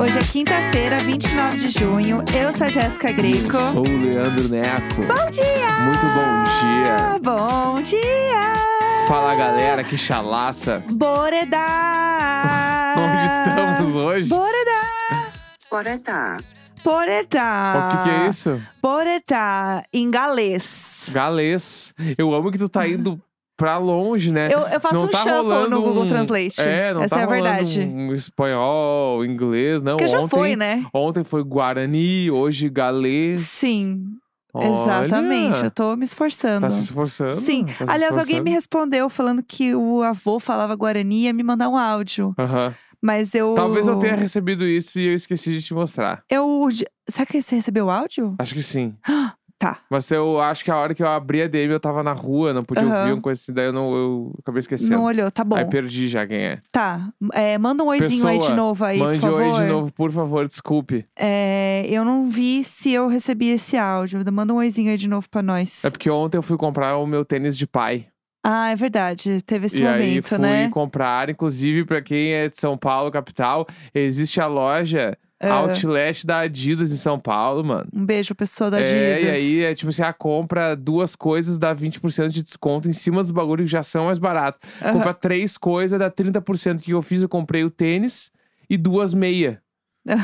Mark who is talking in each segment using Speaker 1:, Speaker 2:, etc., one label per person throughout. Speaker 1: Hoje é quinta-feira, 29 de junho. Eu sou a Jéssica Greco.
Speaker 2: Eu sou o Leandro Neco.
Speaker 1: Bom dia!
Speaker 2: Muito bom dia.
Speaker 1: Bom dia!
Speaker 2: Fala galera, que chalaça.
Speaker 1: Boredá!
Speaker 2: Onde estamos hoje?
Speaker 1: Boredá!
Speaker 3: Boretá.
Speaker 1: Boredá!
Speaker 2: O que, que é isso?
Speaker 1: Boredá, em galês.
Speaker 2: Galês. Eu amo que tu tá indo pra longe, né?
Speaker 1: Eu, eu faço
Speaker 2: não
Speaker 1: um
Speaker 2: tá
Speaker 1: shuffle
Speaker 2: rolando
Speaker 1: no Google
Speaker 2: um-
Speaker 1: Translate.
Speaker 2: É, não
Speaker 1: Essa
Speaker 2: tá
Speaker 1: é a
Speaker 2: rolando
Speaker 1: verdade.
Speaker 2: um espanhol, inglês, não.
Speaker 1: Porque já
Speaker 2: ontem,
Speaker 1: foi, né?
Speaker 2: Ontem foi Guarani, hoje galês.
Speaker 1: Sim,
Speaker 2: Olha,
Speaker 1: exatamente. Eu tô me esforçando.
Speaker 2: Tá se esforçando?
Speaker 1: Sim.
Speaker 2: Tá se
Speaker 1: Aliás, alguém me
Speaker 2: esforçando?
Speaker 1: respondeu falando que o avô falava guarani e ia me mandar um áudio.
Speaker 2: Aham.
Speaker 1: Mas eu.
Speaker 2: Talvez eu tenha recebido isso e eu esqueci de te mostrar.
Speaker 1: Eu. Será que você recebeu o áudio?
Speaker 2: Acho que sim.
Speaker 1: Tá.
Speaker 2: Mas eu acho que a hora que eu abri a DM eu tava na rua, não podia
Speaker 1: Aham.
Speaker 2: ouvir uma coisa assim, daí eu, não, eu acabei esquecendo.
Speaker 1: Não olhou, tá bom.
Speaker 2: Aí perdi já quem é.
Speaker 1: Tá. É, manda um oizinho aí de
Speaker 2: Pessoa,
Speaker 1: novo aí,
Speaker 2: Mande um
Speaker 1: por favor.
Speaker 2: oi de novo, por favor, desculpe.
Speaker 1: É, eu não vi se eu recebi esse áudio. Manda um oizinho aí de novo pra nós.
Speaker 2: É porque ontem eu fui comprar o meu tênis de pai.
Speaker 1: Ah, é verdade. Teve esse
Speaker 2: e aí
Speaker 1: momento,
Speaker 2: fui
Speaker 1: né?
Speaker 2: comprar, inclusive pra quem é de São Paulo, capital, existe a loja
Speaker 1: É.
Speaker 2: Outlet da Adidas em São Paulo, mano.
Speaker 1: Um beijo, pessoal da
Speaker 2: É,
Speaker 1: Adidas.
Speaker 2: e aí é tipo assim, a compra duas coisas dá 20% de desconto em cima dos bagulhos que já são mais baratos.
Speaker 1: Aham.
Speaker 2: Comprar três coisas, dá 30% que eu fiz, eu comprei o tênis e duas meia.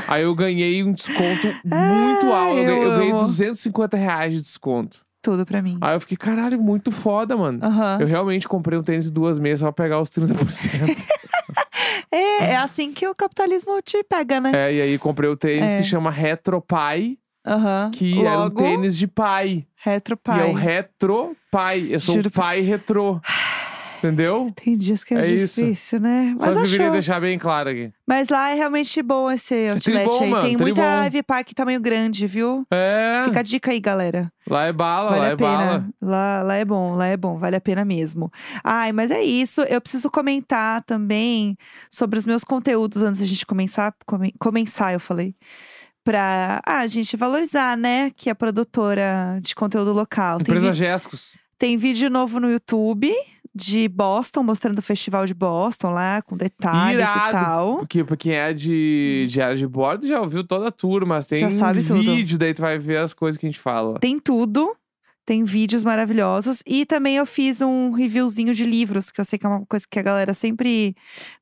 Speaker 2: Aí eu ganhei um desconto muito
Speaker 1: Ah,
Speaker 2: alto. Eu, ganhei-
Speaker 1: eu
Speaker 2: eu ganhei
Speaker 1: amo.
Speaker 2: 250 reais de desconto.
Speaker 1: Tudo pra mim.
Speaker 2: Aí eu fiquei, caralho, muito foda, mano.
Speaker 1: Aham.
Speaker 2: Ah, Eu realmente comprei um tênis e duas meias só pra pegar os 30%.
Speaker 1: É, é assim que o capitalismo te pega, né?
Speaker 2: é, e aí comprei o tênis
Speaker 1: É.
Speaker 2: que chama Retro Pai,
Speaker 1: Aham.
Speaker 2: que
Speaker 1: Logo,
Speaker 2: era um tênis de pai.
Speaker 1: Retro
Speaker 2: E é
Speaker 1: pai.
Speaker 2: o Retro Pai. Eu sou
Speaker 1: Juro
Speaker 2: um
Speaker 1: por-
Speaker 2: pai retrô. Entendeu?
Speaker 1: Tem dias que é,
Speaker 2: É isso.
Speaker 1: difícil, né? Mas
Speaker 2: só isso que eu
Speaker 1: achou.
Speaker 2: queria deixar bem claro aqui.
Speaker 1: Mas lá é realmente bom esse outlet
Speaker 2: bom,
Speaker 1: aí.
Speaker 2: É mano,
Speaker 1: Tem
Speaker 2: tri
Speaker 1: muita
Speaker 2: bom.
Speaker 1: ave parque tamanho grande, viu?
Speaker 2: É.
Speaker 1: Fica a dica aí, galera.
Speaker 2: Lá é bala,
Speaker 1: Vale
Speaker 2: lá
Speaker 1: a
Speaker 2: é bala.
Speaker 1: pena. Lá, lá é bom, lá é bom, vale a pena mesmo. Ai, mas é isso. Eu preciso comentar também sobre os meus conteúdos antes da gente começar. come- começar, eu falei. Pra ah, a gente valorizar, né? Que é produtora de conteúdo local. Tem,
Speaker 2: Empresa
Speaker 1: vi-
Speaker 2: Gescos.
Speaker 1: tem vídeo novo no YouTube de Boston, mostrando o festival de Boston lá, com detalhes e
Speaker 2: Irado.
Speaker 1: tal.
Speaker 2: Porque pra quem é de, de área de bordo já ouviu toda a turma, mas tem
Speaker 1: Hum.
Speaker 2: um
Speaker 1: Já sabe tudo.
Speaker 2: vídeo, daí tu vai ver as coisas que a gente fala.
Speaker 1: Tem tudo. Tem vídeos maravilhosos. E também eu fiz um reviewzinho de livros, que eu sei que é uma coisa que a galera sempre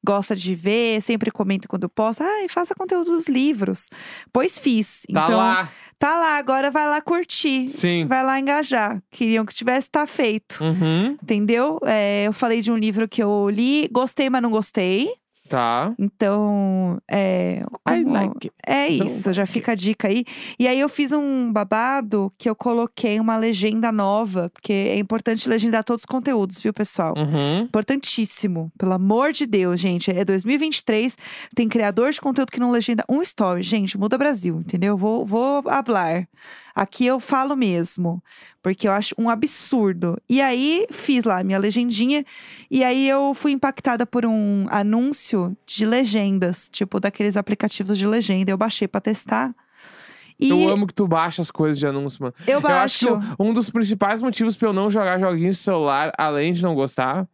Speaker 1: gosta de ver, sempre comenta quando eu posto. Ai, faça conteúdo dos livros. Pois fiz.
Speaker 2: Tá
Speaker 1: então,
Speaker 2: lá,
Speaker 1: tá lá, agora vai lá curtir.
Speaker 2: sim.
Speaker 1: Vai lá engajar. Queriam que tivesse, tá feito.
Speaker 2: Uhum,
Speaker 1: Entendeu? É, eu falei de um livro que eu li, gostei, mas não gostei.
Speaker 2: tá.
Speaker 1: Então, é.
Speaker 2: I
Speaker 1: como-
Speaker 2: like it.
Speaker 1: é
Speaker 2: Então,
Speaker 1: isso, já
Speaker 2: ok.
Speaker 1: fica a dica aí. E aí eu fiz um babado que eu coloquei uma legenda nova, porque é importante legendar todos os conteúdos, viu, pessoal?
Speaker 2: Uhum.
Speaker 1: Importantíssimo, pelo amor de Deus, gente. É 2023, tem criador de conteúdo que não legenda um story. Gente, muda Brasil, entendeu? Vou, vou hablar. Aqui eu falo mesmo, porque eu acho um absurdo. E aí fiz lá a minha legendinha, e aí eu fui impactada por um anúncio de legendas, tipo daqueles aplicativos de legenda. Eu baixei pra testar. E
Speaker 2: Eu amo que tu baixa as coisas de anúncio, mano.
Speaker 1: eu
Speaker 2: Eu acho
Speaker 1: baixo.
Speaker 2: que o- um dos principais motivos pra eu não jogar joguinhos de celular, além de não gostar,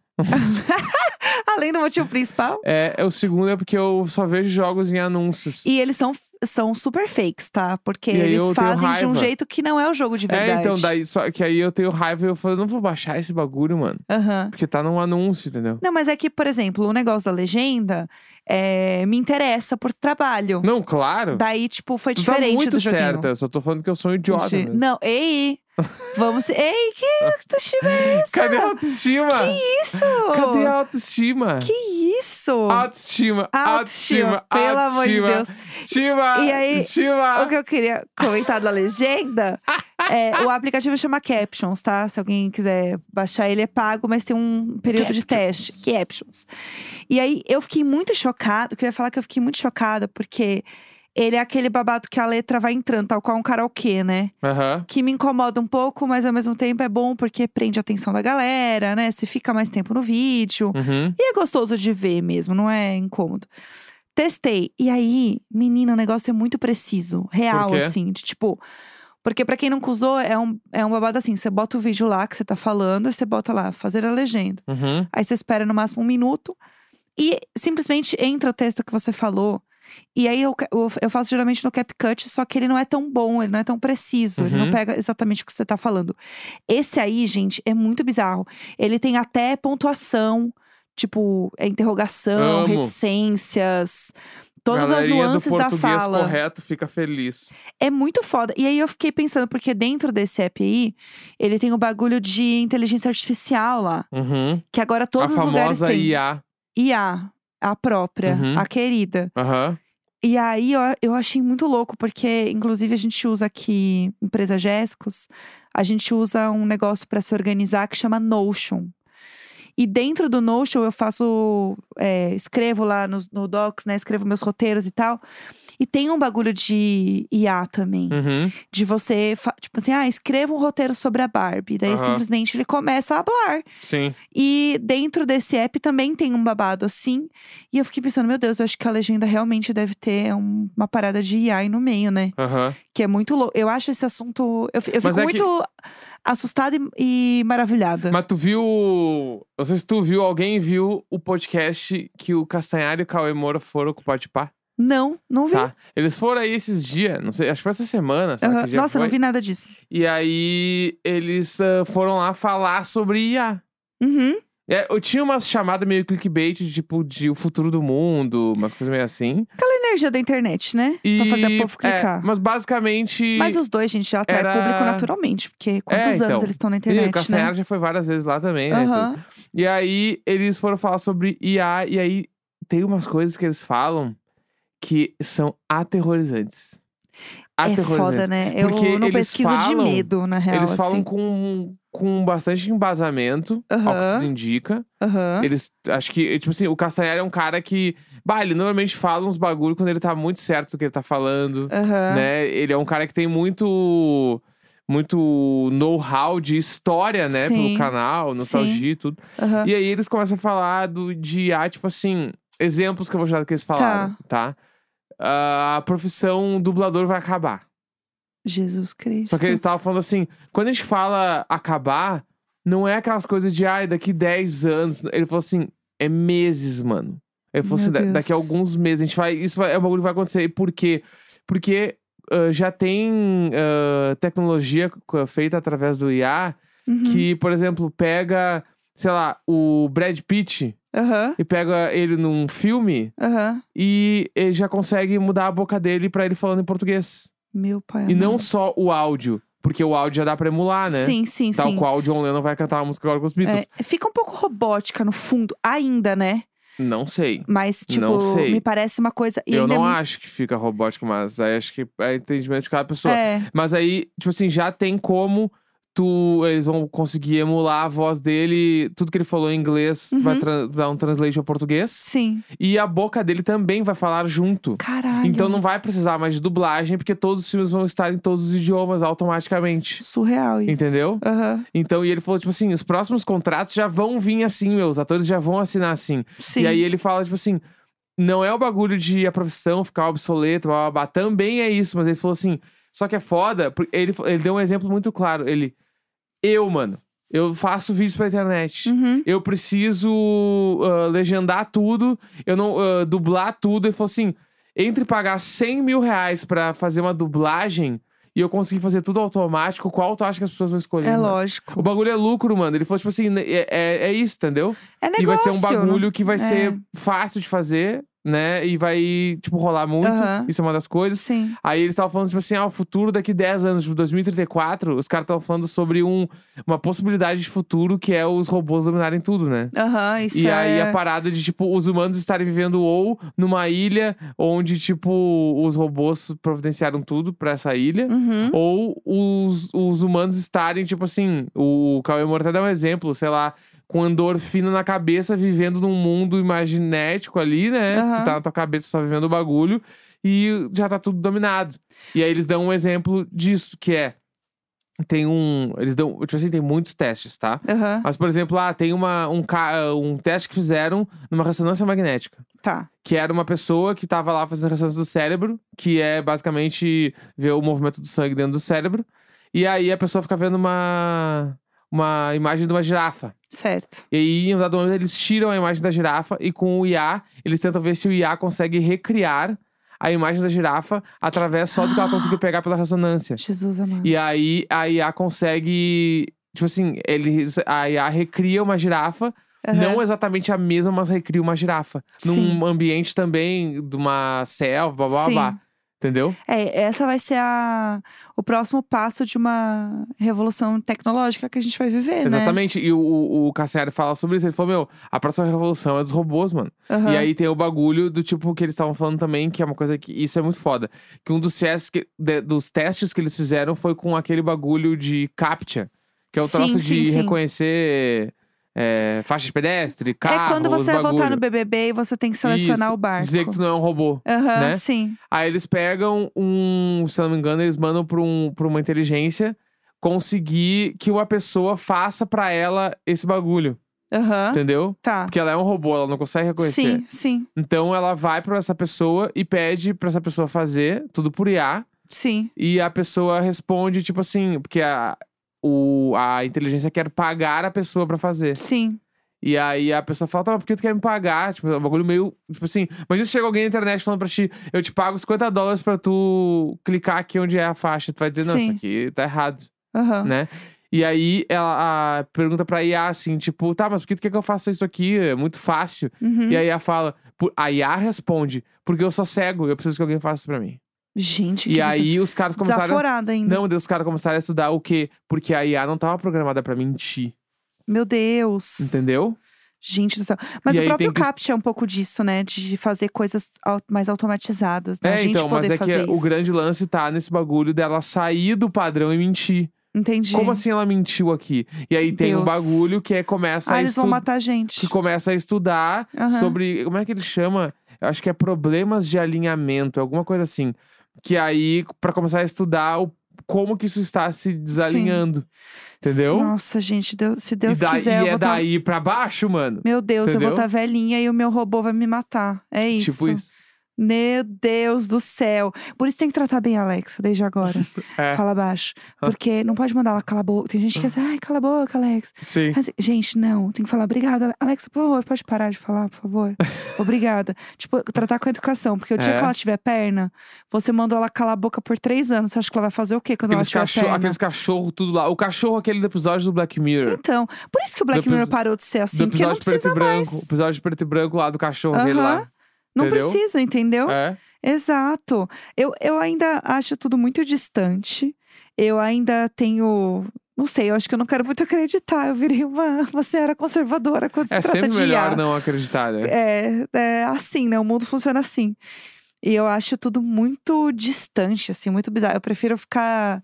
Speaker 1: Além do motivo principal.
Speaker 2: é, é o segundo é porque eu só vejo jogos em anúncios.
Speaker 1: E eles são, são super fakes, tá? Porque
Speaker 2: E aí eu
Speaker 1: eles
Speaker 2: tenho
Speaker 1: fazem de um
Speaker 2: raiva.
Speaker 1: jeito que não é o jogo de verdade.
Speaker 2: É, então, daí, só que aí eu tenho raiva e eu falo, não vou baixar esse bagulho, mano.
Speaker 1: Aham.
Speaker 2: Porque tá num anúncio, entendeu?
Speaker 1: Não, mas é que, por exemplo, o negócio da legenda é, me interessa por trabalho.
Speaker 2: Não, claro.
Speaker 1: Daí, tipo, foi
Speaker 2: Tu tá
Speaker 1: diferente
Speaker 2: muito
Speaker 1: do joguinho.
Speaker 2: certa, eu só tô falando que eu sou um idiota.
Speaker 1: Entendi.
Speaker 2: mesmo.
Speaker 1: Não, ei! Vamos. ei, que autoestima é essa?
Speaker 2: Cadê a autoestima?
Speaker 1: isso?
Speaker 2: Cadê a autoestima?
Speaker 1: Que isso?
Speaker 2: Autoestima, autoestima,
Speaker 1: Pelo amor de
Speaker 2: autoestima.
Speaker 1: Deus.
Speaker 2: Estima,
Speaker 1: E aí,
Speaker 2: estima.
Speaker 1: O que eu queria comentar da legenda é o aplicativo chama Captions, tá? Se alguém quiser baixar, ele é pago, mas tem um período de teste. Captions. E aí eu fiquei muito chocada, que eu ia falar que eu fiquei muito chocada, porque ele é aquele babado que a letra vai entrando, tal qual um karaokê, né?
Speaker 2: Aham.
Speaker 1: Que me incomoda um pouco, mas ao mesmo tempo é bom porque prende a atenção da galera, né? Se fica mais tempo no vídeo.
Speaker 2: Uhum.
Speaker 1: E é gostoso de ver mesmo, não é incômodo. Testei. E aí, menina, o negócio é muito preciso. Real,
Speaker 2: Por quê?
Speaker 1: assim. De, tipo. Porque pra quem nunca usou, é um, é um babado assim. Você bota o vídeo lá que você tá falando, e você bota lá, fazer a legenda.
Speaker 2: Uhum.
Speaker 1: Aí você espera no máximo um minuto. E simplesmente entra o texto que você falou. E aí eu, ca- eu- eu faço geralmente no cap cut, só que ele não é tão bom, ele não é tão preciso, ele não
Speaker 2: Uhum.
Speaker 1: pega exatamente o que você tá falando. Esse aí, gente, é muito bizarro. Ele tem até pontuação, tipo, é interrogação,
Speaker 2: Amo.
Speaker 1: reticências, todas as
Speaker 2: Galerinha
Speaker 1: nuances
Speaker 2: do
Speaker 1: da
Speaker 2: português
Speaker 1: fala.
Speaker 2: correto fica feliz.
Speaker 1: É muito foda. E aí eu fiquei pensando, porque dentro desse API, ele tem o bagulho de inteligência artificial lá,
Speaker 2: Uhum.
Speaker 1: que agora todos
Speaker 2: a
Speaker 1: os lugares
Speaker 2: famosa
Speaker 1: têm.
Speaker 2: IA.
Speaker 1: IA, a própria,
Speaker 2: Uhum.
Speaker 1: a querida.
Speaker 2: Aham.
Speaker 1: E aí eu, eu achei muito louco, porque inclusive a gente usa aqui, empresa Gescos, a gente usa um negócio para se organizar que chama Notion. E dentro do Notion eu faço, é, escrevo lá no, no Docs, né, escrevo meus roteiros e tal. E tem um bagulho de IA também
Speaker 2: Uhum.
Speaker 1: de você, fa- tipo assim, ah, escreva um roteiro sobre a Barbie. Daí
Speaker 2: Aham.
Speaker 1: simplesmente ele começa a falar.
Speaker 2: Sim.
Speaker 1: E dentro desse app também tem um babado assim. E eu fiquei pensando, meu Deus, eu acho que a legenda realmente deve ter um- uma parada de IA aí no meio, né?
Speaker 2: Aham.
Speaker 1: Que é muito louco. Eu acho esse assunto. Eu, fi- eu
Speaker 2: Mas
Speaker 1: fico
Speaker 2: é que-
Speaker 1: muito assustada e, e maravilhada.
Speaker 2: Mas tu viu. Não sei se tu viu, alguém viu o podcast que o Castanhari e o Cauê Moura foram com o Podpah?
Speaker 1: Não, não vi.
Speaker 2: Tá. Eles foram aí esses dias, não sei, acho que foi essa semana, sabe?
Speaker 1: Aham.
Speaker 2: que dia
Speaker 1: Nossa, eu
Speaker 2: foi?
Speaker 1: não vi nada disso.
Speaker 2: E aí eles ah, foram lá falar sobre IA.
Speaker 1: Uhum.
Speaker 2: É, eu tinha umas chamadas meio clickbait, de, tipo, de o futuro do mundo, umas coisas meio assim.
Speaker 1: Energia da internet, né?
Speaker 2: E,
Speaker 1: Pra fazer o povo
Speaker 2: é,
Speaker 1: clicar.
Speaker 2: mas basicamente.
Speaker 1: Mas os dois, gente, já atrai
Speaker 2: era-
Speaker 1: público naturalmente. Porque quantos anos
Speaker 2: então.
Speaker 1: eles estão na
Speaker 2: Ih, o
Speaker 1: internet, né?
Speaker 2: Castanhari já foi várias vezes lá também, né? tudo.
Speaker 1: Aham. É
Speaker 2: E aí eles foram falar sobre IA, e aí tem umas coisas que eles falam que são aterrorizantes.
Speaker 1: É foda, né? Eu
Speaker 2: Porque
Speaker 1: não
Speaker 2: eles
Speaker 1: pesquiso
Speaker 2: falam-
Speaker 1: de medo, na real.
Speaker 2: Eles falam
Speaker 1: assim.
Speaker 2: com, com bastante embasamento, ao que
Speaker 1: Aham.
Speaker 2: tudo indica.
Speaker 1: Aham.
Speaker 2: Eles, acho que, tipo assim, o Castanhari é um cara que, bah, ele normalmente fala uns bagulho quando ele tá muito certo do que ele tá falando,
Speaker 1: Aham.
Speaker 2: né? Ele é um cara que tem muito, muito know-how de história, né?
Speaker 1: Sim.
Speaker 2: Pelo canal, nostalgia e tudo.
Speaker 1: aham.
Speaker 2: E aí eles começam a falar do, de, ah, tipo assim, exemplos que eu vou tirar do que eles falaram, tá? Ah, a profissão dublador vai acabar.
Speaker 1: Jesus Cristo.
Speaker 2: Só que eles estavam falando assim, quando a gente fala acabar, não é aquelas coisas de, ai, daqui 10 anos. Ele falou assim, é meses, mano. Ele falou
Speaker 1: Meu
Speaker 2: assim, "Da-
Speaker 1: Deus.
Speaker 2: daqui a alguns meses, a gente vai, isso vai, é um bagulho que vai acontecer. E por quê? Porque ah, já tem ah, tecnologia co- feita através do IA
Speaker 1: Uhum.
Speaker 2: que, por exemplo, pega, sei lá, o Brad Pitt
Speaker 1: Aham.
Speaker 2: e pega ele num filme
Speaker 1: Aham.
Speaker 2: e ele já consegue mudar a boca dele pra ele falando em português.
Speaker 1: Meu pai.
Speaker 2: E não
Speaker 1: amado.
Speaker 2: só o áudio, porque o áudio já dá pra emular, né?
Speaker 1: Sim, sim,
Speaker 2: Tal
Speaker 1: sim.
Speaker 2: qual o John Lennon vai cantar uma música agora com os Beatles.
Speaker 1: É, fica um pouco robótica no fundo, ainda, né?
Speaker 2: Não sei.
Speaker 1: Mas, tipo,
Speaker 2: Não sei.
Speaker 1: me parece uma coisa. E
Speaker 2: Eu
Speaker 1: ainda
Speaker 2: não
Speaker 1: é
Speaker 2: acho que fica robótico, mas aí acho que é entendimento de cada pessoa.
Speaker 1: muito...
Speaker 2: Mas aí, tipo assim, já tem como tu. Eles vão conseguir emular a voz dele, tudo que ele falou em inglês
Speaker 1: Uhum.
Speaker 2: vai tra- dar um translation ao português.
Speaker 1: Sim.
Speaker 2: E a boca dele também vai falar junto.
Speaker 1: Caralho.
Speaker 2: Então não vai precisar mais de dublagem, porque todos os filmes vão estar em todos os idiomas automaticamente.
Speaker 1: Surreal isso.
Speaker 2: Entendeu?
Speaker 1: Aham.
Speaker 2: Então, e ele falou, tipo assim, os próximos contratos já vão vir assim, meu. Os atores já vão assinar assim.
Speaker 1: Sim.
Speaker 2: E aí ele fala, tipo assim, não é o bagulho de a profissão ficar obsoleta, blá, blá, blá. Também é isso, mas ele falou assim, só que é foda, porque ele, ele deu um exemplo muito claro. Ele, eu, mano, eu faço vídeos pra internet.
Speaker 1: Uhum.
Speaker 2: Eu preciso ah, legendar tudo, eu não ah, dublar tudo. Ele falou assim: entre pagar 100 mil reais pra fazer uma dublagem e eu conseguir fazer tudo automático, qual tu acha que as pessoas vão escolher?
Speaker 1: É
Speaker 2: mano?
Speaker 1: lógico.
Speaker 2: O bagulho é lucro, mano. Ele falou, tipo assim, né, é, é- é isso, entendeu?
Speaker 1: É negócio.
Speaker 2: e vai ser um
Speaker 1: né?
Speaker 2: bagulho que vai
Speaker 1: É.
Speaker 2: ser fácil de fazer, né? E vai, tipo, rolar muito.
Speaker 1: Aham.
Speaker 2: Isso é uma das coisas.
Speaker 1: Sim.
Speaker 2: Aí eles estavam falando, tipo assim, ah, o futuro daqui 10 anos, tipo, 2034, os caras estavam falando sobre um, uma possibilidade de futuro que é os robôs dominarem tudo, né?
Speaker 1: Aham, isso
Speaker 2: E
Speaker 1: é...
Speaker 2: aí a parada de, tipo, os humanos estarem vivendo ou numa ilha onde, tipo, os robôs providenciaram tudo pra essa ilha.
Speaker 1: Uhum.
Speaker 2: Ou os, os humanos estarem, tipo assim, o Cauê Moura até dá um exemplo, sei lá, com um endorfina na cabeça, vivendo num mundo imaginético ali, né?
Speaker 1: Aham.
Speaker 2: Tu tá na tua cabeça só vivendo o bagulho e já tá tudo dominado. E aí eles dão um exemplo disso, que é. Tem um. Eles dão. Tipo assim, tem muitos testes, tá?
Speaker 1: Aham,
Speaker 2: Mas, por exemplo, ah, tem uma, um, ca- um teste que fizeram numa ressonância magnética
Speaker 1: tá.
Speaker 2: que era uma pessoa que tava lá fazendo ressonância do cérebro, que é basicamente ver o movimento do sangue dentro do cérebro. E aí a pessoa fica vendo uma, uma imagem de uma girafa.
Speaker 1: Certo.
Speaker 2: E aí, em um dado momento, eles tiram a imagem da girafa e com o IA, eles tentam ver se o IA consegue recriar a imagem da girafa através só do que ela conseguiu pegar pela ressonância.
Speaker 1: Jesus amado.
Speaker 2: E aí a IA consegue. Tipo assim, eles, a IA recria uma girafa,
Speaker 1: Aham.
Speaker 2: não é, exatamente a mesma, mas recria uma girafa.
Speaker 1: Sim.
Speaker 2: Num ambiente também de uma selva, blá blá
Speaker 1: Sim.
Speaker 2: blá. Entendeu?
Speaker 1: É, essa vai ser a, o próximo passo de uma revolução tecnológica que a gente vai viver, né?
Speaker 2: Exatamente. E o, o, o Cassiano fala sobre isso. Ele falou: Meu, a próxima revolução é dos robôs, mano.
Speaker 1: né? Aham.
Speaker 2: E aí tem o bagulho do tipo que eles estavam falando também, que é uma coisa que. Isso é muito foda. Que um dos testes que, de- dos testes que eles fizeram foi com aquele bagulho de CAPTCHA, que é o
Speaker 1: Sim,
Speaker 2: troço
Speaker 1: sim,
Speaker 2: de
Speaker 1: sim.
Speaker 2: reconhecer é, faixa de pedestre, carro,
Speaker 1: é quando
Speaker 2: os
Speaker 1: você vai votar
Speaker 2: bagulho.
Speaker 1: no BBB e você tem que selecionar
Speaker 2: Isso.
Speaker 1: o barco.
Speaker 2: Dizer que tu não é um robô.
Speaker 1: Aham,
Speaker 2: né?
Speaker 1: sim.
Speaker 2: Aí eles pegam um. Se eu não me engano, eles mandam pra, um, pra uma inteligência conseguir que uma pessoa faça pra ela esse bagulho.
Speaker 1: Aham,
Speaker 2: Entendeu?
Speaker 1: tá.
Speaker 2: Porque ela é um robô, ela não consegue reconhecer.
Speaker 1: Sim, sim,
Speaker 2: Então ela vai pra essa pessoa e pede pra essa pessoa fazer tudo por IA
Speaker 1: sim.
Speaker 2: e a pessoa responde tipo assim, porque a o, a inteligência quer pagar a pessoa pra fazer.
Speaker 1: Sim,
Speaker 2: E aí a pessoa fala, tá, mas por que tu quer me pagar? Tipo, é um bagulho meio, tipo assim, mas se chega alguém na internet falando pra ti, eu te pago 50 dólares pra tu clicar aqui onde é a faixa, tu vai dizer, não,
Speaker 1: Sim.
Speaker 2: isso aqui tá errado
Speaker 1: aham.
Speaker 2: né? E aí ela a- pergunta pra IA assim, tipo, tá, mas por que tu quer que eu faça isso aqui? É muito fácil.
Speaker 1: Uhum.
Speaker 2: E a IA fala, por- a IA responde, porque eu sou cego, eu preciso que alguém faça isso pra mim.
Speaker 1: Gente, que
Speaker 2: e aí os caras começaram.
Speaker 1: desaforada ainda.
Speaker 2: Não, daí os caras começaram a estudar o quê? Porque a IA não tava programada pra mentir,
Speaker 1: Meu Deus.
Speaker 2: entendeu?
Speaker 1: Gente do céu. Mas
Speaker 2: E
Speaker 1: o
Speaker 2: aí
Speaker 1: próprio
Speaker 2: tem que-
Speaker 1: CAPTCHA é um pouco disso, né? De fazer coisas au- mais automatizadas, né? a
Speaker 2: é,
Speaker 1: gente
Speaker 2: então,
Speaker 1: poder
Speaker 2: mas é que
Speaker 1: fazer
Speaker 2: o
Speaker 1: isso.
Speaker 2: grande lance tá nesse bagulho dela sair do padrão e mentir.
Speaker 1: Entendi.
Speaker 2: Como assim ela mentiu aqui? E aí tem
Speaker 1: Deus.
Speaker 2: um bagulho que é, começa
Speaker 1: Ah,
Speaker 2: a
Speaker 1: eles vão
Speaker 2: estu-
Speaker 1: matar a gente.
Speaker 2: que começa a estudar
Speaker 1: Aham.
Speaker 2: sobre. Como é que ele chama? Eu acho que é problemas de alinhamento, alguma coisa assim. Que aí, pra começar a estudar o, como que isso está se desalinhando. Entendeu?
Speaker 1: Nossa, gente, Deus- se Deus
Speaker 2: e daí-
Speaker 1: quiser, eu
Speaker 2: e é
Speaker 1: vou tá-
Speaker 2: daí pra baixo, mano.
Speaker 1: Meu Deus, eu vou
Speaker 2: Entendeu?
Speaker 1: estar velhinha e o meu robô vai me matar. É isso.
Speaker 2: Tipo isso.
Speaker 1: Meu Deus do céu. Por isso tem que tratar bem a Alexa, desde agora.
Speaker 2: É.
Speaker 1: Fala baixo. Porque não pode mandar ela calar a boca. Tem gente que diz, ai, cala a boca, Alexa.
Speaker 2: Sim.
Speaker 1: Mas, gente, não. Tem que falar, obrigada. Ale- Alexa, por favor, pode parar de falar, por favor. Obrigada. tipo, tratar com educação. Porque o dia
Speaker 2: É.
Speaker 1: que ela tiver perna, você mandou ela calar a boca por três anos. Você acha que ela vai fazer o quê quando
Speaker 2: Aqueles
Speaker 1: ela tiver
Speaker 2: cachorro,
Speaker 1: perna?
Speaker 2: aqueles cachorro tudo lá. O cachorro, aquele do episódio do Black Mirror.
Speaker 1: Então, por isso que o Black
Speaker 2: Do
Speaker 1: Mirror
Speaker 2: epis-
Speaker 1: parou de ser
Speaker 2: É. do
Speaker 1: assim. Porque
Speaker 2: episódio
Speaker 1: não
Speaker 2: de preto
Speaker 1: precisa
Speaker 2: e branco.
Speaker 1: mais.
Speaker 2: O episódio de preto e branco lá do cachorro dele
Speaker 1: Aham. Então,
Speaker 2: lá.
Speaker 1: Não
Speaker 2: Entendeu?
Speaker 1: precisa, entendeu?
Speaker 2: É.
Speaker 1: Exato. Eu, eu ainda acho tudo muito distante. Eu ainda tenho. Não sei, eu acho que eu não quero muito acreditar. Eu virei uma, uma senhora conservadora quando
Speaker 2: É
Speaker 1: se trata
Speaker 2: sempre
Speaker 1: de
Speaker 2: melhor
Speaker 1: IA.
Speaker 2: não acreditar, né?
Speaker 1: É, é assim, né? O mundo funciona assim. E eu acho tudo muito distante, assim, muito bizarro. Eu prefiro ficar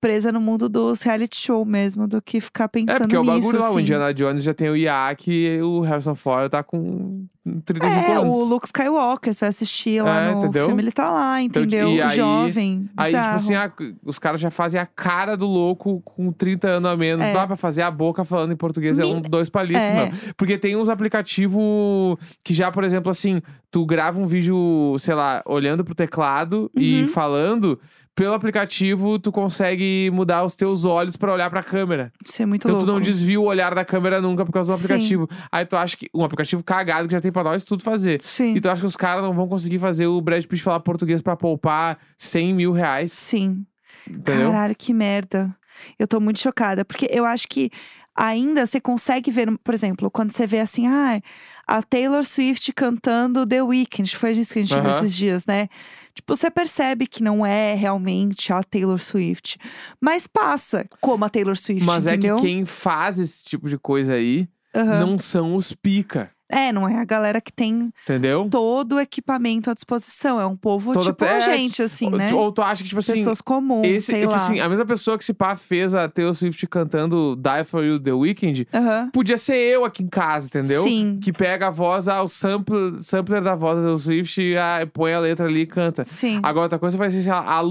Speaker 1: presa no mundo dos reality show mesmo, do que ficar pensando
Speaker 2: É, porque o
Speaker 1: nisso.
Speaker 2: bagulho lá, o
Speaker 1: assim.
Speaker 2: Indiana Jones já tem o IA que o Harrison Ford tá com 35
Speaker 1: É,
Speaker 2: anos.
Speaker 1: o Luke Skywalker, você vai assistir lá
Speaker 2: É,
Speaker 1: no
Speaker 2: entendeu?
Speaker 1: filme, ele tá lá,
Speaker 2: Então,
Speaker 1: entendeu?
Speaker 2: e aí-
Speaker 1: Jovem,
Speaker 2: Aí,
Speaker 1: bizarro.
Speaker 2: tipo assim, ah, os caras já fazem a cara do louco com 30 anos a menos.
Speaker 1: É.
Speaker 2: Dá pra fazer a boca falando em português, é
Speaker 1: Min-
Speaker 2: um, dois palitos,
Speaker 1: É.
Speaker 2: mano. Porque tem uns aplicativos que já, por exemplo, assim, tu grava um vídeo, sei lá, olhando pro teclado e
Speaker 1: Uhum.
Speaker 2: falando. Pelo aplicativo, tu consegue mudar os teus olhos pra olhar pra câmera.
Speaker 1: Isso é muito
Speaker 2: Então
Speaker 1: louco.
Speaker 2: tu não desvia o olhar da câmera nunca por causa do
Speaker 1: Sim.
Speaker 2: aplicativo. Aí tu acha que um aplicativo cagado que já tem pra nós tudo fazer.
Speaker 1: Sim.
Speaker 2: E tu acha que os caras não vão conseguir fazer o Brad Pitt falar português pra poupar 100 mil reais?
Speaker 1: Sim.
Speaker 2: Entendeu?
Speaker 1: Caralho, que merda. Eu tô muito chocada, porque eu acho que ainda você consegue ver, por exemplo, quando você vê assim, ah, a Taylor Swift cantando The Weeknd, foi isso que a gente viu
Speaker 2: Aham.
Speaker 1: esses dias, né? Tipo, você percebe que não é realmente a Taylor Swift, mas passa como a Taylor Swift,
Speaker 2: Mas
Speaker 1: entendeu?
Speaker 2: é que quem faz esse tipo de coisa aí
Speaker 1: Aham.
Speaker 2: não são os pica,
Speaker 1: É, não é a galera que tem
Speaker 2: entendeu?
Speaker 1: todo o equipamento à disposição, é um povo
Speaker 2: Toda-
Speaker 1: tipo a
Speaker 2: é,
Speaker 1: gente, assim,
Speaker 2: Ou-
Speaker 1: né?
Speaker 2: Ou tu acha que, tipo assim,
Speaker 1: Pessoas comuns,
Speaker 2: esse,
Speaker 1: sei
Speaker 2: tipo
Speaker 1: lá.
Speaker 2: assim, a mesma pessoa que se pá fez a Taylor Swift cantando Die For You The Weeknd,
Speaker 1: Aham.
Speaker 2: podia ser eu aqui em casa, entendeu?
Speaker 1: Sim.
Speaker 2: Que pega a voz, ah, o sample, sampler da voz da Taylor Swift, e, ah, põe a letra ali e canta.
Speaker 1: Sim,
Speaker 2: Agora, outra coisa vai ser, sei lá, a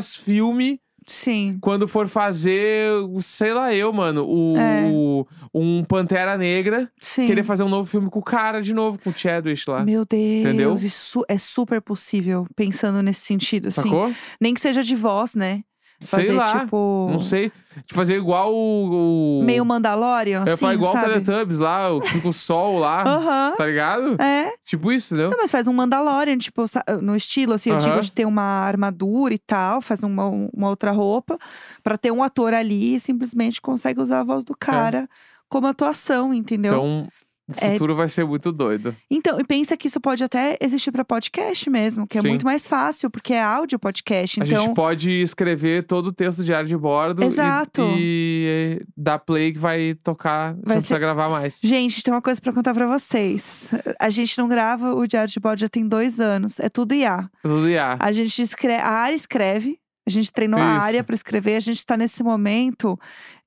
Speaker 2: Lucasfilm
Speaker 1: sim.
Speaker 2: quando for fazer, o- sei lá eu, mano, o,
Speaker 1: É.
Speaker 2: o- um Pantera Negra,
Speaker 1: Sim.
Speaker 2: querer fazer um novo filme com o cara de novo, com o Chadwick lá.
Speaker 1: Meu Deus,
Speaker 2: Entendeu?
Speaker 1: isso é super possível, pensando nesse sentido, assim.
Speaker 2: Sacou?
Speaker 1: Nem que seja de voz, né?
Speaker 2: Sei
Speaker 1: Fazer,
Speaker 2: lá.
Speaker 1: tipo.
Speaker 2: Não sei. De fazer igual o. o-
Speaker 1: Meio Mandalorian,
Speaker 2: Eu ia
Speaker 1: assim,
Speaker 2: falar igual o
Speaker 1: sabe?
Speaker 2: Teletubbies lá, o Fica o Sol lá.
Speaker 1: Aham.
Speaker 2: Tá ligado?
Speaker 1: É.
Speaker 2: Tipo isso, entendeu?
Speaker 1: Não, mas faz um Mandalorian, tipo, sa- no estilo, assim, eu
Speaker 2: Aham.
Speaker 1: digo de ter uma armadura e tal, faz uma, uma outra roupa, pra ter um ator ali e simplesmente consegue usar a voz do cara como atuação, entendeu?
Speaker 2: É. Então, o
Speaker 1: É.
Speaker 2: futuro vai ser muito doido.
Speaker 1: Então, e pensa que isso pode até existir pra podcast mesmo, que é
Speaker 2: Sim.
Speaker 1: muito mais fácil, porque é áudio podcast.
Speaker 2: A
Speaker 1: Então,
Speaker 2: gente pode escrever todo o texto de ar de bordo e-
Speaker 1: Exato.
Speaker 2: e, eh, dar play que vai tocar, não
Speaker 1: Vai
Speaker 2: precisa
Speaker 1: ser-
Speaker 2: gravar mais.
Speaker 1: gente, tem uma coisa pra contar pra vocês. A gente não grava o Diário de Bordo já tem dois anos, é tudo IA.
Speaker 2: Tudo IA.
Speaker 1: A gente escreve, a área escreve, a gente treinou a
Speaker 2: Isso.
Speaker 1: área pra escrever, a gente tá nesse momento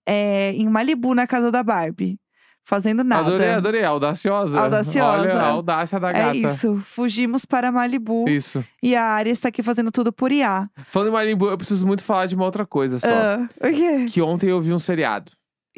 Speaker 1: é, em Malibu, na casa da Barbie, fazendo nada.
Speaker 2: Adorei, adorei. Audaciosa.
Speaker 1: Audaciosa.
Speaker 2: Olha a audácia da
Speaker 1: É
Speaker 2: gata.
Speaker 1: isso, fugimos para Malibu
Speaker 2: Isso.
Speaker 1: e a área está aqui fazendo tudo por IA.
Speaker 2: Falando em Marimbu, eu preciso muito falar de uma outra coisa só.
Speaker 1: Ah, o quê?
Speaker 2: Que ontem eu vi um seriado.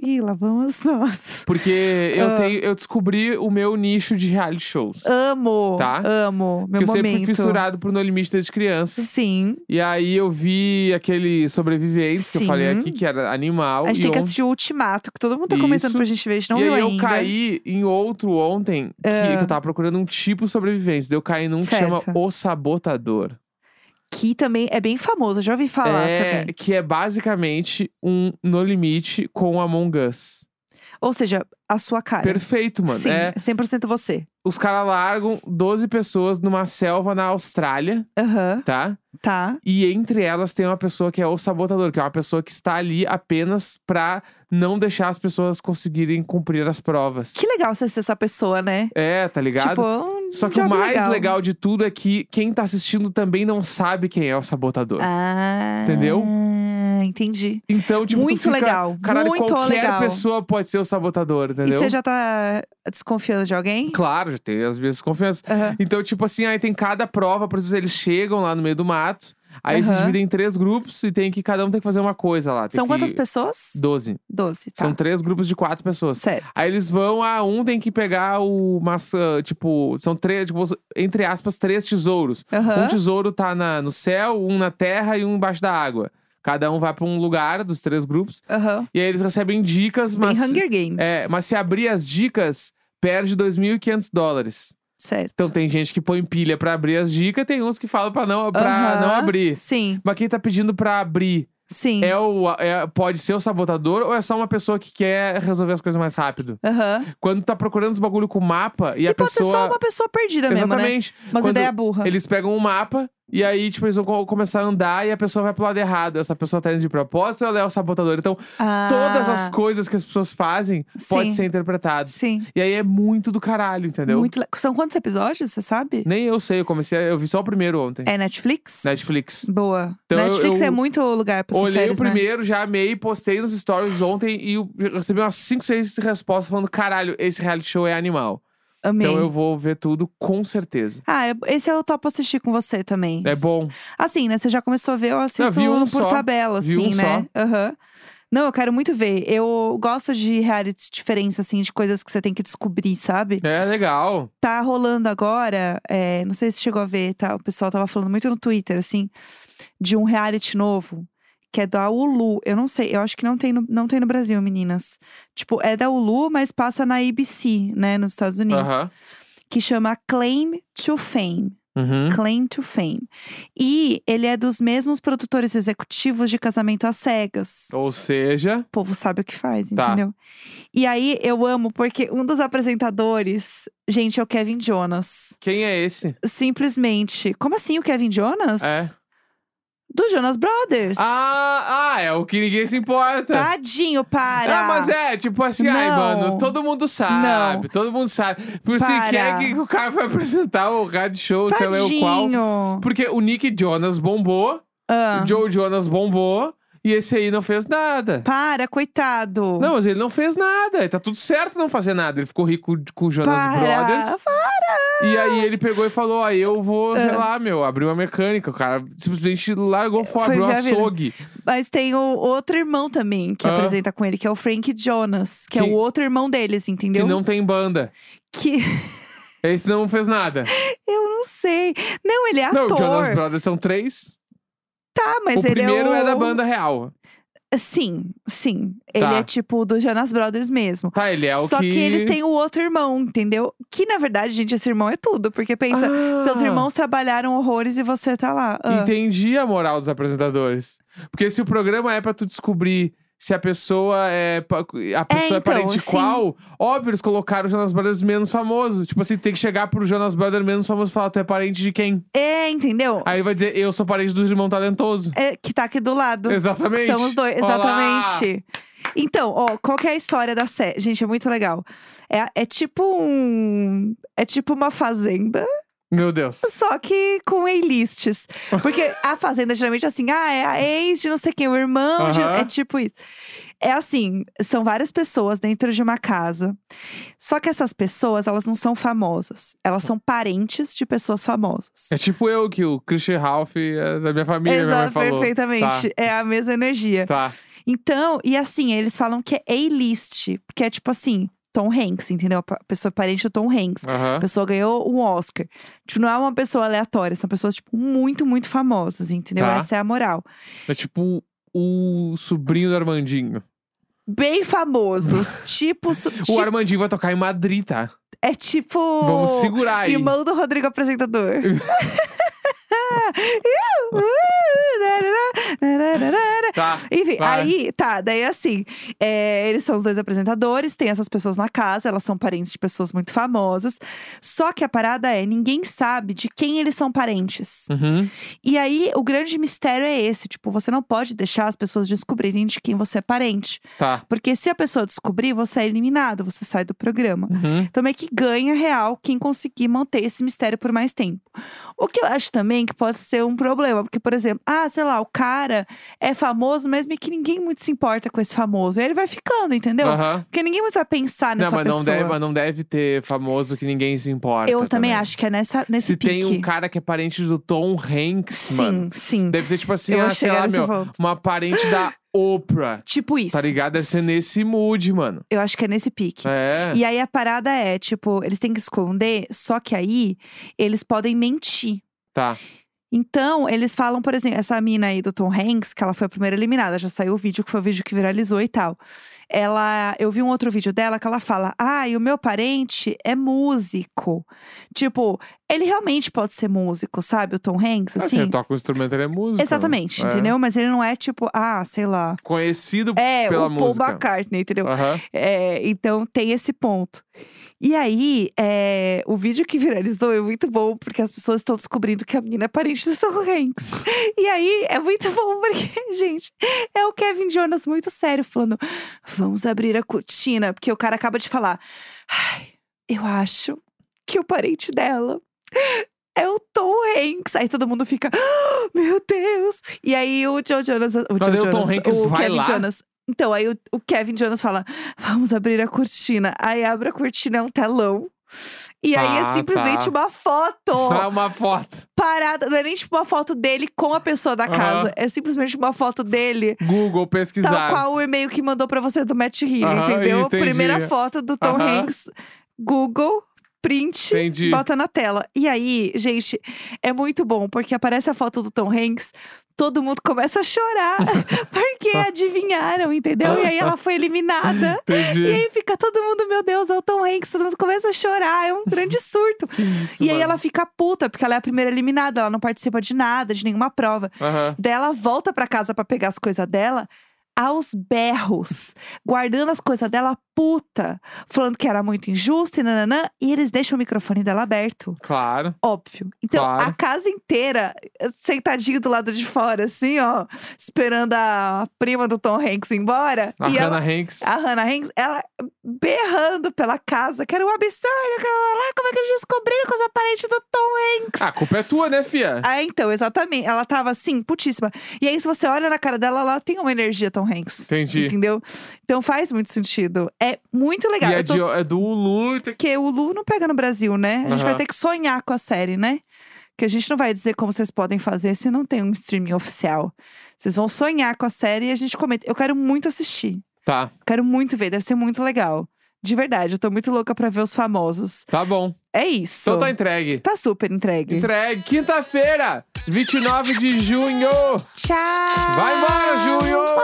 Speaker 1: Ih, lá vamos nós.
Speaker 2: Porque eu,
Speaker 1: Ah.
Speaker 2: tenho, eu descobri o meu nicho de reality shows.
Speaker 1: Amo,
Speaker 2: Tá?
Speaker 1: amo, meu
Speaker 2: que eu
Speaker 1: momento.
Speaker 2: sempre fui fissurado por No Limite desde criança.
Speaker 1: Sim,
Speaker 2: E aí eu vi aquele Sobreviventes que eu falei
Speaker 1: Sim.
Speaker 2: aqui, que era animal.
Speaker 1: a gente
Speaker 2: e
Speaker 1: tem que
Speaker 2: ontem-
Speaker 1: assistir o Ultimato, que todo mundo tá
Speaker 2: Isso.
Speaker 1: comentando pra gente ver, a gente não
Speaker 2: e
Speaker 1: viu
Speaker 2: aí eu
Speaker 1: ainda. Ah.
Speaker 2: caí em outro ontem, que, que eu tava procurando um tipo de sobrevivência. Daí Eu caí num que
Speaker 1: Certo.
Speaker 2: chama O Sabotador.
Speaker 1: Que também é bem famoso, eu já ouvi falar
Speaker 2: é,
Speaker 1: também.
Speaker 2: Que é basicamente um No Limite com Among Us.
Speaker 1: Ou seja, a sua cara.
Speaker 2: Perfeito, mano.
Speaker 1: Sim,
Speaker 2: É,
Speaker 1: 100% você.
Speaker 2: os caras largam 12 pessoas numa selva na Austrália,
Speaker 1: Aham,
Speaker 2: tá?
Speaker 1: tá.
Speaker 2: E entre elas tem uma pessoa que é o sabotador, que é uma pessoa que está ali apenas pra não deixar as pessoas conseguirem cumprir as provas.
Speaker 1: Que legal você ser essa pessoa, né?
Speaker 2: É, tá ligado?
Speaker 1: Tipo, é um
Speaker 2: Só que o
Speaker 1: job
Speaker 2: mais legal.
Speaker 1: legal.
Speaker 2: de tudo é que quem tá assistindo também não sabe quem é o sabotador.
Speaker 1: Ah,
Speaker 2: Entendeu?
Speaker 1: Entendi.
Speaker 2: Então, tipo, tu
Speaker 1: Muito
Speaker 2: fica,
Speaker 1: legal,
Speaker 2: Caralho,
Speaker 1: muito
Speaker 2: qualquer
Speaker 1: legal."
Speaker 2: pessoa pode ser o sabotador, entendeu?
Speaker 1: E você já tá desconfiando de alguém?
Speaker 2: Claro, já tem as minhas confianças.
Speaker 1: Aham.
Speaker 2: Então, tipo assim, aí tem cada prova, por exemplo, eles chegam lá no meio do mato, aí se
Speaker 1: Aham.
Speaker 2: dividem em três grupos e tem que cada um tem que fazer uma coisa lá. tem
Speaker 1: São
Speaker 2: que-
Speaker 1: quantas pessoas?
Speaker 2: Doze.
Speaker 1: Doze, tá.
Speaker 2: São três grupos de quatro pessoas.
Speaker 1: Certo.
Speaker 2: Aí eles vão, ah, um tem que pegar o maçã, tipo, são três, tipo, entre aspas, três tesouros. Um
Speaker 1: Aham.
Speaker 2: tesouro tá na- no céu, um na terra e um embaixo da água. Cada um vai pra um lugar dos três grupos.
Speaker 1: Aham.
Speaker 2: E aí eles recebem dicas,
Speaker 1: Bem
Speaker 2: mas.
Speaker 1: Hunger Games.
Speaker 2: é, mas se abrir as dicas, perde 2.500 dólares.
Speaker 1: Certo.
Speaker 2: Então tem gente que põe pilha pra abrir as dicas, tem uns que falam pra não, pra
Speaker 1: Aham.
Speaker 2: não abrir.
Speaker 1: Sim,
Speaker 2: Mas quem tá pedindo pra abrir
Speaker 1: sim.
Speaker 2: é o, é- pode ser o sabotador ou é só uma pessoa que quer resolver as coisas mais rápido?
Speaker 1: Aham.
Speaker 2: Quando tá procurando os bagulho com mapa e,
Speaker 1: E,
Speaker 2: a
Speaker 1: pode ser só
Speaker 2: pessoa.
Speaker 1: uma pessoa perdida mesmo, né?
Speaker 2: Exatamente.
Speaker 1: Mas
Speaker 2: Quando
Speaker 1: ideia burra.
Speaker 2: Eles pegam um mapa e aí, tipo, eles vão co- começar a andar e a pessoa vai pro lado errado. Essa pessoa tá indo de propósito ou ela é o sabotador? Então,
Speaker 1: Ah,
Speaker 2: todas as coisas que as pessoas fazem pode
Speaker 1: Sim.
Speaker 2: ser interpretado.
Speaker 1: Sim.
Speaker 2: E aí é muito do caralho, entendeu?
Speaker 1: Muito le- São quantos episódios, você sabe?
Speaker 2: Nem eu sei, eu comecei, a- eu vi só o primeiro ontem.
Speaker 1: É Netflix?
Speaker 2: Netflix.
Speaker 1: Boa.
Speaker 2: Então, eu-
Speaker 1: Netflix
Speaker 2: eu
Speaker 1: é muito lugar pra essas
Speaker 2: Olhei
Speaker 1: séries, né?
Speaker 2: o primeiro, já amei, postei nos stories ontem e eu recebi umas 5, 6 respostas falando: caralho, esse reality show é animal.
Speaker 1: né? Amei.
Speaker 2: Então eu vou ver tudo com certeza.
Speaker 1: Ah, eu- esse eu topo assistir com você também.
Speaker 2: É bom.
Speaker 1: Assim, né? Você já começou a ver, eu assisto
Speaker 2: vi um
Speaker 1: por
Speaker 2: só.
Speaker 1: tabela,
Speaker 2: Vi
Speaker 1: assim,
Speaker 2: um
Speaker 1: né? Aham. Não, eu quero muito ver. Eu gosto de realities diferentes, assim, de coisas que você tem que descobrir, sabe?
Speaker 2: É legal.
Speaker 1: tá rolando agora, é, não sei se chegou a ver, tá? O pessoal tava falando muito no Twitter, assim, de um reality novo, que é da Hulu. Eu não sei, eu acho que não tem no, não tem no Brasil, meninas. Tipo, é da Hulu, mas passa na ABC, né, nos Estados Unidos.
Speaker 2: Aham.
Speaker 1: Que chama Claim to Fame.
Speaker 2: Uhum.
Speaker 1: Claim to Fame. E ele é dos mesmos produtores executivos de Casamento às Cegas.
Speaker 2: Ou seja.
Speaker 1: O povo sabe o que faz,
Speaker 2: Tá.
Speaker 1: entendeu? E aí, eu amo, porque um dos apresentadores, gente, é o Kevin Jonas.
Speaker 2: Quem é esse?
Speaker 1: Simplesmente. Como assim o Kevin Jonas?
Speaker 2: É.
Speaker 1: Do Jonas Brothers.
Speaker 2: Ah, ah, é o que ninguém se importa.
Speaker 1: Tadinho, para.
Speaker 2: Ah, mas é, tipo assim, ai,
Speaker 1: Não.
Speaker 2: mano, todo mundo sabe,
Speaker 1: Não.
Speaker 2: todo mundo sabe. Por se
Speaker 1: Para.
Speaker 2: quer que o cara vai apresentar o rádio show, sei lá o qual.
Speaker 1: Tadinho.
Speaker 2: Porque o Nick Jonas bombou,
Speaker 1: Ah,
Speaker 2: o Joe Jonas bombou, e esse aí não fez nada.
Speaker 1: Para, coitado.
Speaker 2: Não, mas ele não fez nada, e tá tudo certo não fazer nada. Ele ficou rico de- com o Jonas
Speaker 1: para.
Speaker 2: Brothers. E aí ele pegou e falou: ó, eu vou, sei
Speaker 1: Ah.
Speaker 2: lá, meu, abrir uma mecânica. O cara simplesmente largou fora,
Speaker 1: Foi
Speaker 2: abriu um
Speaker 1: ver a vida.
Speaker 2: açougue.
Speaker 1: Mas tem o outro irmão também que
Speaker 2: Ah.
Speaker 1: apresenta com ele, que é o Frank Jonas, que é
Speaker 2: Que-
Speaker 1: o outro irmão deles,
Speaker 2: Que
Speaker 1: entendeu?
Speaker 2: não tem banda.
Speaker 1: Que-
Speaker 2: Esse não fez nada.
Speaker 1: eu não sei. Não, ele é
Speaker 2: Não,
Speaker 1: ator.
Speaker 2: Jonas Brothers são três.
Speaker 1: Tá, mas
Speaker 2: o
Speaker 1: ele
Speaker 2: primeiro
Speaker 1: é, o...
Speaker 2: é da banda real.
Speaker 1: Sim, sim.
Speaker 2: Tá.
Speaker 1: Ele é tipo do Jonas Brothers mesmo.
Speaker 2: Tá, ele é o
Speaker 1: Só
Speaker 2: que...
Speaker 1: que... eles têm o outro irmão, entendeu? Que na verdade, gente, esse irmão é tudo. Porque pensa,
Speaker 2: Ah,
Speaker 1: seus irmãos trabalharam horrores e você tá lá. Ah,
Speaker 2: Entendi a moral dos apresentadores. Porque se o programa é pra tu descobrir se a pessoa é pa- a pessoa é,
Speaker 1: então,
Speaker 2: parente
Speaker 1: sim.
Speaker 2: qual, óbvio, eles colocaram o Jonas Brothers menos famoso. Tipo assim, tem que chegar pro Jonas Brothers menos famoso e falar, tu é parente de quem?
Speaker 1: É, entendeu?
Speaker 2: Aí ele vai dizer, eu sou parente do irmão talentoso.
Speaker 1: É, que tá aqui do lado.
Speaker 2: Exatamente.
Speaker 1: São os dois,
Speaker 2: Olá!
Speaker 1: exatamente. Então, ó, qual que é a história da série? Gente, é muito legal. É, é tipo um. É tipo uma fazenda,
Speaker 2: Meu Deus.
Speaker 1: só que com A-lists. Porque a fazenda geralmente é assim, ah, é a ex de não sei quem, o irmão de.
Speaker 2: Aham.
Speaker 1: É tipo isso. É assim, são várias pessoas dentro de uma casa. Só que essas pessoas, elas não são famosas. Elas são parentes de pessoas famosas.
Speaker 2: É tipo eu que o Christian Ralph é da minha família, minha mãe
Speaker 1: Exato,
Speaker 2: falou.
Speaker 1: perfeitamente. É a mesma energia.
Speaker 2: Tá.
Speaker 1: Então, e assim, eles falam que é A-list, porque é tipo assim, Tom Hanks, entendeu? A pessoa é parente do Tom Hanks.
Speaker 2: Aham.
Speaker 1: A pessoa ganhou um Oscar. Tipo, não é uma pessoa aleatória, são pessoas, tipo, muito, muito famosas, entendeu?
Speaker 2: Tá.
Speaker 1: Essa é a moral.
Speaker 2: É tipo o sobrinho do Armandinho.
Speaker 1: Bem famosos, tipo, su-
Speaker 2: O
Speaker 1: ti-
Speaker 2: Armandinho vai tocar em Madrid, tá?
Speaker 1: é tipo.
Speaker 2: Vamos segurar aí.
Speaker 1: Irmão do Rodrigo apresentador. Iu, uh, darará, darará.
Speaker 2: Tá.
Speaker 1: Enfim,
Speaker 2: Vai.
Speaker 1: aí, tá, daí assim, é, eles são os dois apresentadores, tem essas pessoas na casa, elas são parentes de pessoas muito famosas. Só que a parada é, ninguém sabe de quem eles são parentes.
Speaker 2: Uhum.
Speaker 1: E aí, o grande mistério é esse, tipo, você não pode deixar as pessoas descobrirem de quem você é parente.
Speaker 2: Tá.
Speaker 1: Porque se a pessoa descobrir, você é eliminado, você sai do programa.
Speaker 2: Uhum.
Speaker 1: Então, é que ganha real quem conseguir manter esse mistério por mais tempo. O que eu acho também que pode ser um problema, porque, por exemplo, ah, sei lá, o cara é famoso, mesmo que ninguém muito se importa com esse famoso. E ele vai ficando, entendeu?
Speaker 2: Aham.
Speaker 1: Porque ninguém muito vai pensar
Speaker 2: Não,
Speaker 1: nessa
Speaker 2: mas
Speaker 1: Então, pessoa.
Speaker 2: não, deve, mas não deve ter famoso que ninguém se importa. tá
Speaker 1: eu também, acho que é nessa, nesse
Speaker 2: Se tem
Speaker 1: pique.
Speaker 2: um cara que é parente do Tom Hanks,
Speaker 1: Sim,
Speaker 2: mano.
Speaker 1: sim.
Speaker 2: Deve ser tipo assim,
Speaker 1: eu
Speaker 2: ah,
Speaker 1: vou
Speaker 2: sei
Speaker 1: chegar
Speaker 2: lá,
Speaker 1: nesse
Speaker 2: meu,
Speaker 1: ponto.
Speaker 2: uma parente da Oprah.
Speaker 1: Tipo isso.
Speaker 2: Tá ligado? Deve ser nesse mood, mano.
Speaker 1: Eu acho que é nesse pique.
Speaker 2: É.
Speaker 1: E aí a parada é, tipo, eles têm que esconder, só que aí eles podem mentir.
Speaker 2: Tá.
Speaker 1: Então, eles falam, por exemplo, essa mina aí do Tom Hanks, que ela foi a primeira eliminada, já saiu o vídeo, que foi o vídeo que viralizou e tal. Ela, eu vi um outro vídeo dela que ela fala: "Ah, e o meu parente é músico". Tipo, ele realmente pode ser músico, sabe? O Tom Hanks,
Speaker 2: Ah, se ele
Speaker 1: assim.
Speaker 2: toca um instrumento, ele é músico. né?
Speaker 1: Exatamente,
Speaker 2: É.
Speaker 1: entendeu? Mas ele não é tipo, ah, sei lá.
Speaker 2: Conhecido
Speaker 1: É,
Speaker 2: pela
Speaker 1: o Paul
Speaker 2: música.
Speaker 1: McCartney, entendeu?
Speaker 2: Aham.
Speaker 1: É, então tem esse ponto. E aí, é, o vídeo que viralizou é muito bom, porque as pessoas estão descobrindo que a menina é parente do Tom Hanks. E aí, é muito bom, porque, gente, é o Kevin Jonas muito sério, falando: vamos abrir a cortina, porque o cara acaba de falar: "Ai, eu acho que o parente dela. É o Tom Hanks. Aí todo mundo fica, "Ah, meu Deus. E aí o Joe Jonas. O, Joe
Speaker 2: daí o Tom
Speaker 1: Jonas,
Speaker 2: Hanks
Speaker 1: o
Speaker 2: vai
Speaker 1: Kevin
Speaker 2: lá?
Speaker 1: Jonas. Então, aí o, o Kevin Jonas fala: vamos abrir a cortina. Aí abre a cortina, é um telão. E aí
Speaker 2: Ah,
Speaker 1: é simplesmente
Speaker 2: tá.
Speaker 1: uma
Speaker 2: Ah,
Speaker 1: foto
Speaker 2: uma foto.
Speaker 1: parada. Não é nem tipo uma foto dele com a pessoa da
Speaker 2: Aham.
Speaker 1: casa. É simplesmente uma foto dele.
Speaker 2: Google
Speaker 1: Tal
Speaker 2: pesquisar.
Speaker 1: qual o e-mail que mandou pra você do Matt Healy,
Speaker 2: Aham,
Speaker 1: entendeu?
Speaker 2: isso, entendi.
Speaker 1: Primeira foto do Tom
Speaker 2: Aham.
Speaker 1: Hanks, Google, print,
Speaker 2: Entendi.
Speaker 1: bota na tela. E aí, gente, é muito bom, porque aparece a foto do Tom Hanks, todo mundo começa a chorar, porque adivinharam, entendeu? E aí ela foi eliminada. E
Speaker 2: Entendi.
Speaker 1: aí fica todo mundo, meu Deus, é o Tom Hanks, todo mundo começa a chorar, é um grande surto.
Speaker 2: Que isso,
Speaker 1: E aí
Speaker 2: mano.
Speaker 1: ela fica puta, porque ela é a primeira eliminada, ela não participa de nada, de nenhuma prova.
Speaker 2: Aham.
Speaker 1: Daí ela volta pra casa pra pegar as coisas dela aos berros, guardando as coisas dela puta, falando que era muito injusto e nananã, e eles deixam o microfone dela aberto.
Speaker 2: Claro.
Speaker 1: Óbvio. Então,
Speaker 2: Claro.
Speaker 1: a casa inteira, eh, sentadinho do lado de fora, assim, ó, esperando a prima do Tom Hanks ir embora.
Speaker 2: A
Speaker 1: e
Speaker 2: Hannah
Speaker 1: ela,
Speaker 2: Hanks.
Speaker 1: a Hannah Hanks, ela berrando pela casa, que era um absurdo, que ela lá, como é que eles descobriram que eu sou parente do Tom Hanks?
Speaker 2: Ah, a culpa é tua, né, fia?
Speaker 1: Ah, então, exatamente. Ela tava assim, putíssima. E aí, se você olha na cara dela, ela tem uma energia Tom Hanks.
Speaker 2: Entendi.
Speaker 1: Entendeu? Então faz muito sentido. É muito legal.
Speaker 2: E é,
Speaker 1: Eu tô-
Speaker 2: de- é do Lulu. tem que-
Speaker 1: Porque o Lu não pega no Brasil, né? A gente vai
Speaker 2: Aham.
Speaker 1: ter que sonhar com a série, né? Que a gente não vai dizer como vocês podem fazer se não tem um streaming oficial. Vocês vão sonhar com a série e a gente comenta. Eu quero muito assistir.
Speaker 2: Tá.
Speaker 1: Eu quero muito ver, deve ser muito legal. De verdade, eu tô muito louca pra ver os famosos.
Speaker 2: Tá bom.
Speaker 1: É isso.
Speaker 2: Então tá entregue.
Speaker 1: Tá super entregue.
Speaker 2: Entregue. Quinta-feira, 29 de junho.
Speaker 1: Tchau!
Speaker 2: Vai embora, junho!